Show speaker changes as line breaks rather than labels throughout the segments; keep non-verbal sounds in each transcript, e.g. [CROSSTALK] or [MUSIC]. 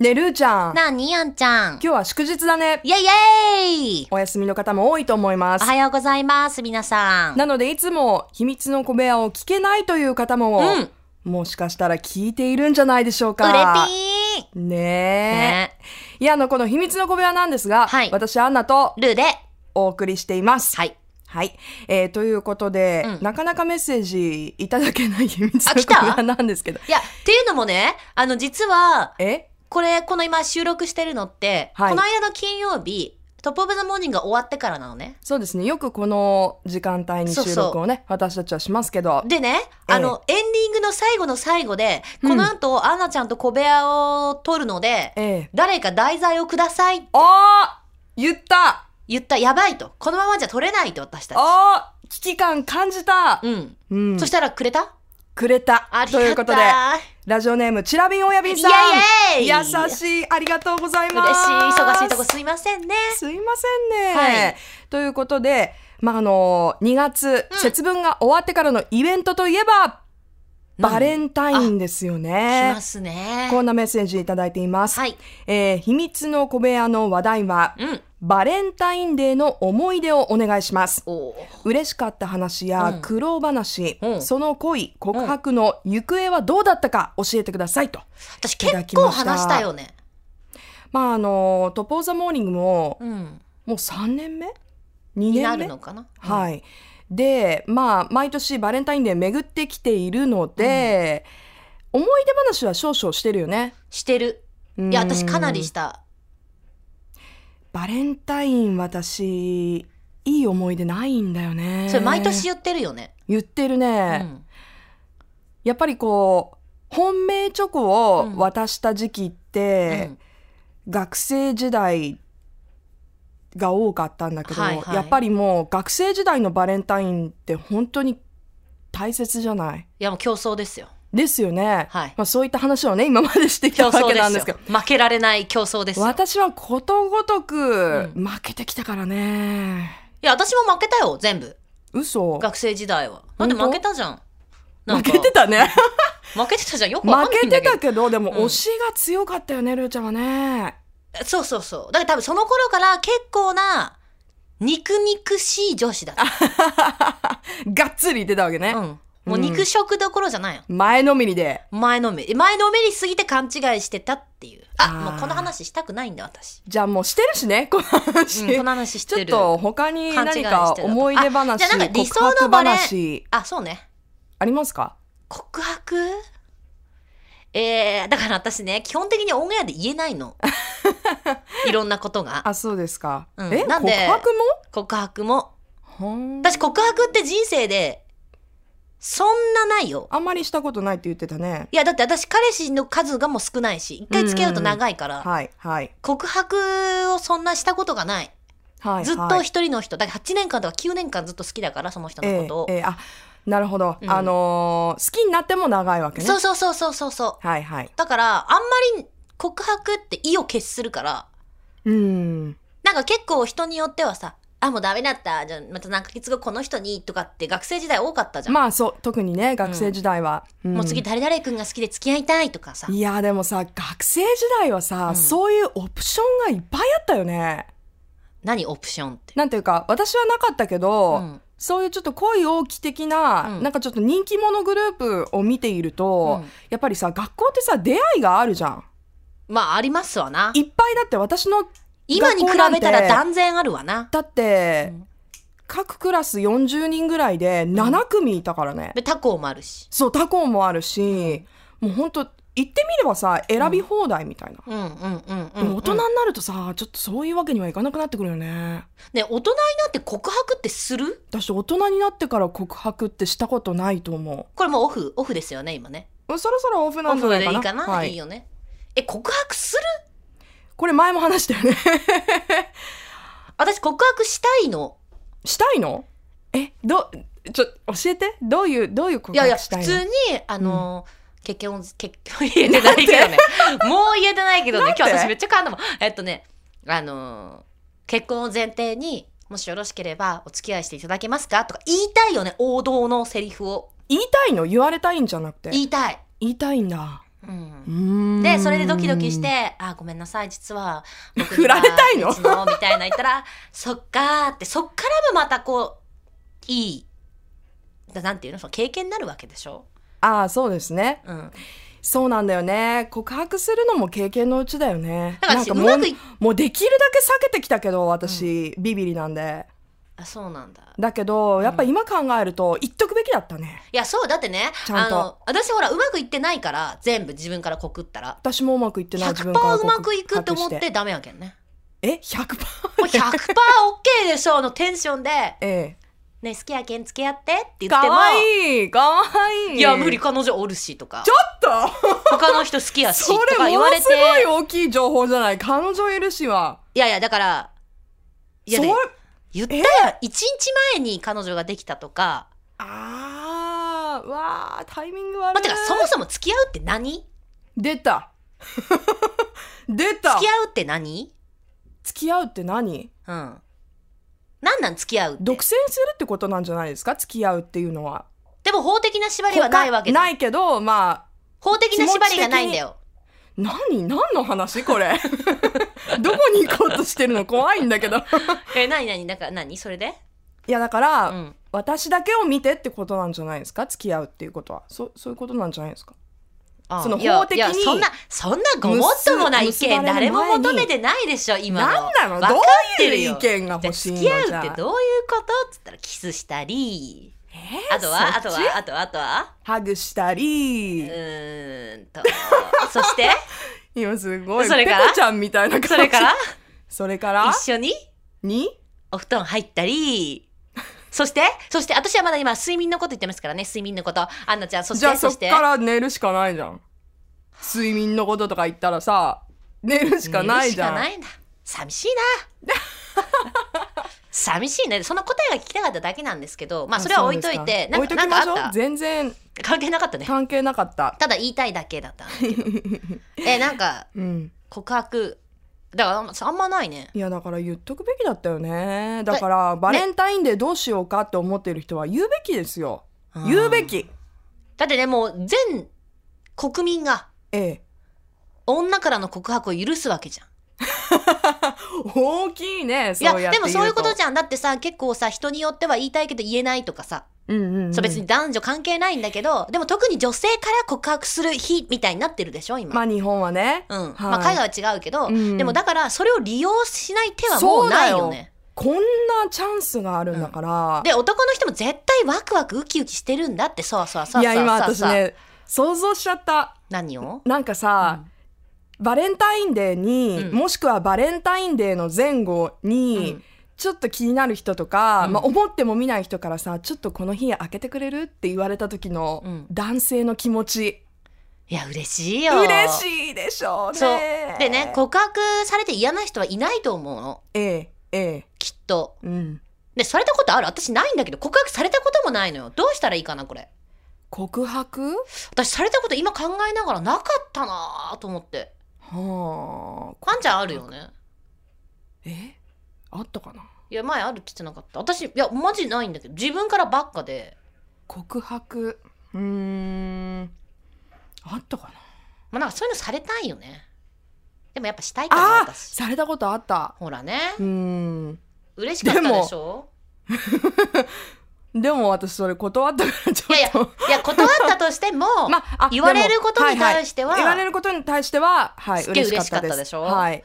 ねるーちゃん。今
なあにあんちゃん。
日は祝日だね。
イェイイェイ
お休みの方も多いと思いま
お
す。
はようございます、皆さん。
なのでいつも秘密の小部屋を聞けないという方も、
うん
もしかしたら聞いているんじゃないでしょう
うれぴ
か。
ー
ねえ。
ね
いや、あの、この秘密の小部屋なんですが、
はい
私、アンナと
ルーで。
お送りしています。
はい。
はい。えー、ということで、
うん
なかなかメッセージいただけない秘密
あ
の
来
小
た
部屋なんですけど。
いや、っていうのもね、あの、実は、
え
これ、この今収録してるのって、
はい
この間の金曜日、トップオブザモーニングが終わってからなのね。
そうですね。よくこの時間帯に
そうそう
収録をね、私たちはしますけど。
でね、
ええ
あの、エンディングの最後の最後で、
うん
この後、アンナちゃんと小部屋を取るので、
ええ
誰か題材をくださいって
あー言った
言った、やばいと。このままじゃ取れないと、私たち。
あー危機感感じた、
うん。
うん
そしたらくれた
くれた
あり
と
が
い
た
うことで、ラジオネーム、ちらびんおやびんさん。
イエイイエイ
優しい、ありがとうござい
嬉
ま
しい
す。
忙しいとこすいませんね
すいませんね。
はい
ということで、まあ、あの、2月、
うん
節分が終わってからのイベントといえば、バレンタインですよ
し
ね
ま。すね
こんなメッセージいただいています。
はい
えー秘密の小部屋の話題は、
うん
バレンタインデーの思い出をお願いします。
おー
嬉しかった話
う
や
ん
苦労話、
うん
その恋、告白の行方はどうだったか教えてくださいと。
私
いただ
結
きま
構
した
話したよね
まああの、トップオーザモーニングも、
うん
もう3年目 ?2
にな
年
る
目
のかな
はいい。で、まあ、毎年バレンタインデー巡ってきているので、思い出話は少々してるよね。
してる
い
いや私かなりした
バレンタイン私、いい思い出ないんだよね。
それ毎年言ってるよね
言ってる
う
ね。
ん
やっぱりこう、本命チョコ
う
を
ん
渡した時期って、学生時代が多かったんだけど、
はいはい
やっぱりもう学生時代のバレンタインって本当に大切じゃない
いやもう競争ですよ
ですよね。
はい
まあ、そういった話をね、今までしてきた
競
[LAUGHS] わ
争
け
で
なんですすけど
よ。負けられない競争ですよい
私はことごとく
う
負けてきたからね。
や私も負けたよ全部
嘘
学生時代はだって負けたじゃんな
負
んか
けてたね。
負けてたじゃんよく [LAUGHS] わか
負
んな
け
い
て
んだけど
たけど、でも
うん
推しが強かったよね、ルーちゃんはね。
そうそうそう。だから多分その頃から結構な、肉肉しい女子だっ
がっつり出たわけね。
た。うん。もう肉食どころじゃないよ。
前のめりで。
前のめり。前のめりすぎて勘違いしてたっていう。あ、
あー
もうこの話したくないんだ
[LAUGHS]
私。
じゃあもうしてるしね、この話。
うん、この話し
ちょって
る。
と他に
勘違いして
何か
た
思い出
あ
話、
じゃあなんか理
告
想の
白
バレ
話、
あ、そうね。
ありますか
告白えー、だから私ね、基本的にオンエアで言えな
[LAUGHS]
いの。いろんなことが。
あ、そうですか。
うん
え
なんで
告
告白も。
白も
私告白って人生で、そんなないよ。
あんまりしたことないって言ってたね。
いや、だって私彼氏の数がもう少ないし、一回付き合うと長いから、
はい、はい。
告白をそんなしたことがない。
はい。
ずっと
はい
一人の人、だから8年間とか9年間ずっと好きだから、その人のことを。
ええええあ、なるほど。
うん
あのー好きになっても長いわけね。
そうそうそうそうそうそう。
はい、はい。
だから、あんまり告白って意を決するから、
うん。
なんか結構人によってはさ、あ、もうダメだった。じゃあ、また何ヶ月後この人に、とかって学生時代多かったじゃん。
まあそう、特にね、学生時代は。ん
もう次誰々君が好きで付き合いたいとかさ。
いや、でもさ、学生時代はさ、
うん
そういうオプションがいっぱいあったよね。
何オプションって。
なんていうか、私はなかったけど、
うん
そういうちょっと恋多き的な、
うん
なんかちょっと人気者グループを見ていると、
うん
やっぱりさ、学校ってさ、出会いがあるじゃん。
まあ、ありますわな。
いっぱいだって私の、
今に比べたら断然あるわな。
だって、
うん
各クラス40人ぐらいで7組いたからね。
で、他校もあるし。
そう、他校もあるし、もうほんと、言ってみればさ、選び放題みたいな。
うんうんうんう
で
ん、
も大人になるとさ、ちょっとそういうわけにはいかなくなってくるよね。
ね、大人になって告白ってする
私、大人になってから告白ってしたことないと思
これもうオフ、オフですよね、今ね。
う。そろそろオフな
オ
んじ
フ
ゃない
で
か
い
な。
いかな、
はい
い、いよね。え、告白する
これ前も話したよ
[LAUGHS]
ね。
私告白したいの。
したいのえどちょ教えてどういうどういう
い
告
やいや、
白し
普
たいの
通に、あのー、結婚、結婚言えてないけどね。もう言えてないけどね。今
なん
日
で
私めっちゃ噛んだもん。えっとね、あのー、結婚を前提に、もしよろしければお付き合いしていただけますかとか言いたいよね、王道のセリフを。
言いたいの言われたいんじゃなくて
言いたい。
言いたいんだ
うん
うーん
でそれでドキドキして「あごめんなさい実は僕には
振られたいの
別みたいな言ったら [LAUGHS] 「そっか」ってそっからもまたこういいだなんていうのその経験になるわけでしょ、
ああそうですね
うん、
そうなんだよね告白するのも経験のうちだよね
だから
なんか
私う
もう
まくいっ
もうできるだけ避けてきたけど私、ビビりなんで
あそうなんだ
だけどやっぱ今考えると言っとくべきだったね
いやそうだってね
ちゃ
あ
んと
の私ほらうまくいってないから全部自分から告ったら
私もうまくいってない自分
100%
から
う
告
ま
白
くいくと思っ
して
てダメやけんね
え100%
もう 100%OK でしょのテンションで「 [LAUGHS]
え
ね好きやけん付き合って」っ
え
て言って
か
も
わいいかわいい
いや無理彼女おるし」とか
ちょっと
他の人好きやし
そ
と
れ
か言
も
わ
の
れ
す
て
ごい大きい情報じゃない彼女いるしはい
やいやだからいや
そ
ね
う
言ったよ1日前に彼女ができたとか、
あーわータイミング悪い、
まあ、てかそもそも付き合うって何
出た [LAUGHS] 出た
付き合うって何
付き合うって何
うん何なん付き合うって
独占するってことなんじゃないですか付き合うっていうのは
でも法的な縛りはないわけじゃん
ないけどまあ
法的な縛りがないんだよ
何何の話これ [LAUGHS] どこに行こうとしてるの怖いんだけど
え何何だから何それで
いやだから、
うん
私だけを見てってことなんじゃないですか付き合うっていうことはそそういうことなんじゃないですか
あ
その
いや
法的に
いやそんなそんなごもっともな意
結ばれる
見
前
誰
に
も求めてないでしょ今の
何なの
わか
ど
っ
う
てる
いう
よ
意見が欲しい
付
の
き合
じ
う
ゃ
って
あ
どういうことっつったらキスしたり
えー
あとはあ
そ
と
っち
はあとはあとは
ハグした
う
り、
ー
[LAUGHS]
んとそして
今すごい
それ
ペ
から
コちゃんみたいな感じ
それから
それから
一緒に
に
お布団入ったりそしてそして私はまだ今睡眠のこと言ってますからね睡眠のことアンナちゃんそし
じゃあ
て
そ
そ
っ
して
から寝るしかないじゃん睡眠のこととか言ったらさ寝るしかないじゃん
寝るしかないんだ寂しいな [LAUGHS] 寂しいねその答えが聞きたかっただけなんですけどまあそれは置いとい
そう
て
ですか
なん
置い
か
と
な
き
ん
まし
か
ょう
あった
全然
関係なかったね
関係なかった
ただ言いたいだけだったんだけどえなんか
うん
告白だからあんまあんまないね
いやだから言っとくべきだったよねだからバレンタインデーどうしようかって思ってる人は言うべきですよ
うん
言うべき
だってねもう全国民が
ええ
女からの告白を許すわけじゃん
大きいね
い
そうや
や
って言う
でも
と
そういうことじゃんだってさ結構さ人によっては言いたいけど言えないとかさ、
うんうんうん
そう別に男女関係ないんだけどでも特に女性から告白する日みたいになってるでしょ今、
まあ日本はね
うん
はい
まあ、海外は違うけど、
うん
でもだからそれを利用しない手はもうないよね
こんなチャンスがあるんだから、
で男の人も絶対ワクワクウキウキしてるんだってそうそうそうそう
いや今
そう
私
そう、
ね想像しちゃった
何を
なんかさ、バレンタインデーに、
うん
もしくはバレンタインデーの前後に、
うん
ちょっと気になる人とか、
うん
まあ、思っても見ない人からさちょっとこの日開けてくれるって言われた時の
うん
男性の気持ち、
いや嬉しいよい
嬉しいでしょうね
そうでね告白されて嫌な人はいないと思うの
ええええ
きっと
うん
でされたことある私ないんだけど告白されたこともないのよどうしたらいいかなこれ
告白
私されたこと今考えながらなかったなぁと思って
はあ
カンちゃんあるよね
えあったかない
や前あるって言ってなかった私いやマジないんだけど自分からばっかで、
告白うーんあったかな
まあ、なんかそういうのされたいよねでもやっぱしたいかな
あー
私
されたことあった
ほらね
うーん
嬉しかったでしょ
でも私それ断ったからちょっと
いやいやいや断ったとしても、
[LAUGHS] まあ
言われることに対
し
して
て
は、
言われることに対してははい
すっげえ
嬉しか
嬉
っ
しかったた
です
でしょ
はい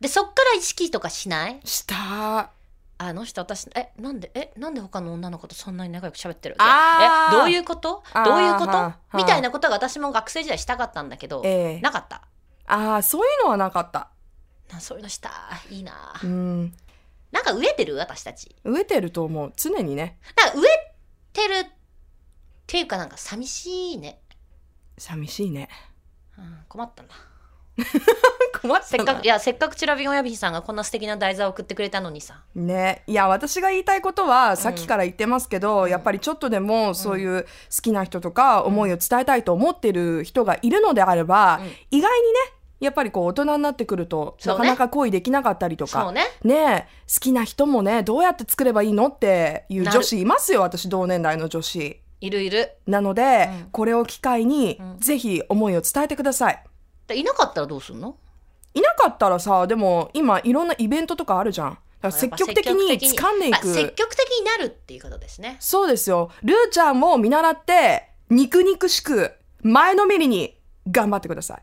でそっから意識とかしない
したあ
あの人私えなんでえなんで他の女の子とそんなに仲良く喋ってる
あ
え
ー
どういうこと
あー
どういうこ
は
と
あ
みたいなことが私も学生時代したかったんだけど、
ええ
なかった
あーそういうのはなかった
なそういうのしたいいな
うん
なんか飢えてる私たち
飢えてると思う常にね
なんか飢えてるっていうかなんか寂しいね、
寂しいね
うん、困ったんだ
[LAUGHS] 困った
せっかくいやせっかくチラビオンヤビヒさんがこんな素敵な題材を送ってくれたのにさ
ね、いや私が言いたいことはさっきから言ってますけど、やっぱりちょっとでもそういう好きな人とか思いを伝えたいと思ってる人がいるのであれば、意外にねやっぱりこう大人になってくると、
そ
な
うね
かなか恋できなかったりと
そう
か、
ね
ね好きな人もねどうやって作ればいいのっていう
なる
女子いますよ私同年代の女子
いるいる。
なので、
うん
これを機会に、
うん
ぜひ思いを伝えてください。
でいなかったらどうすんの
いなかったらさ、でも今いろんなイベントとかあるじゃん。だから積極的に掴んでい
あ積
く。
極的になるっていうことですね。
そうですよ。ルーちゃんも見習って、肉肉しく、前のめりに頑張ってください。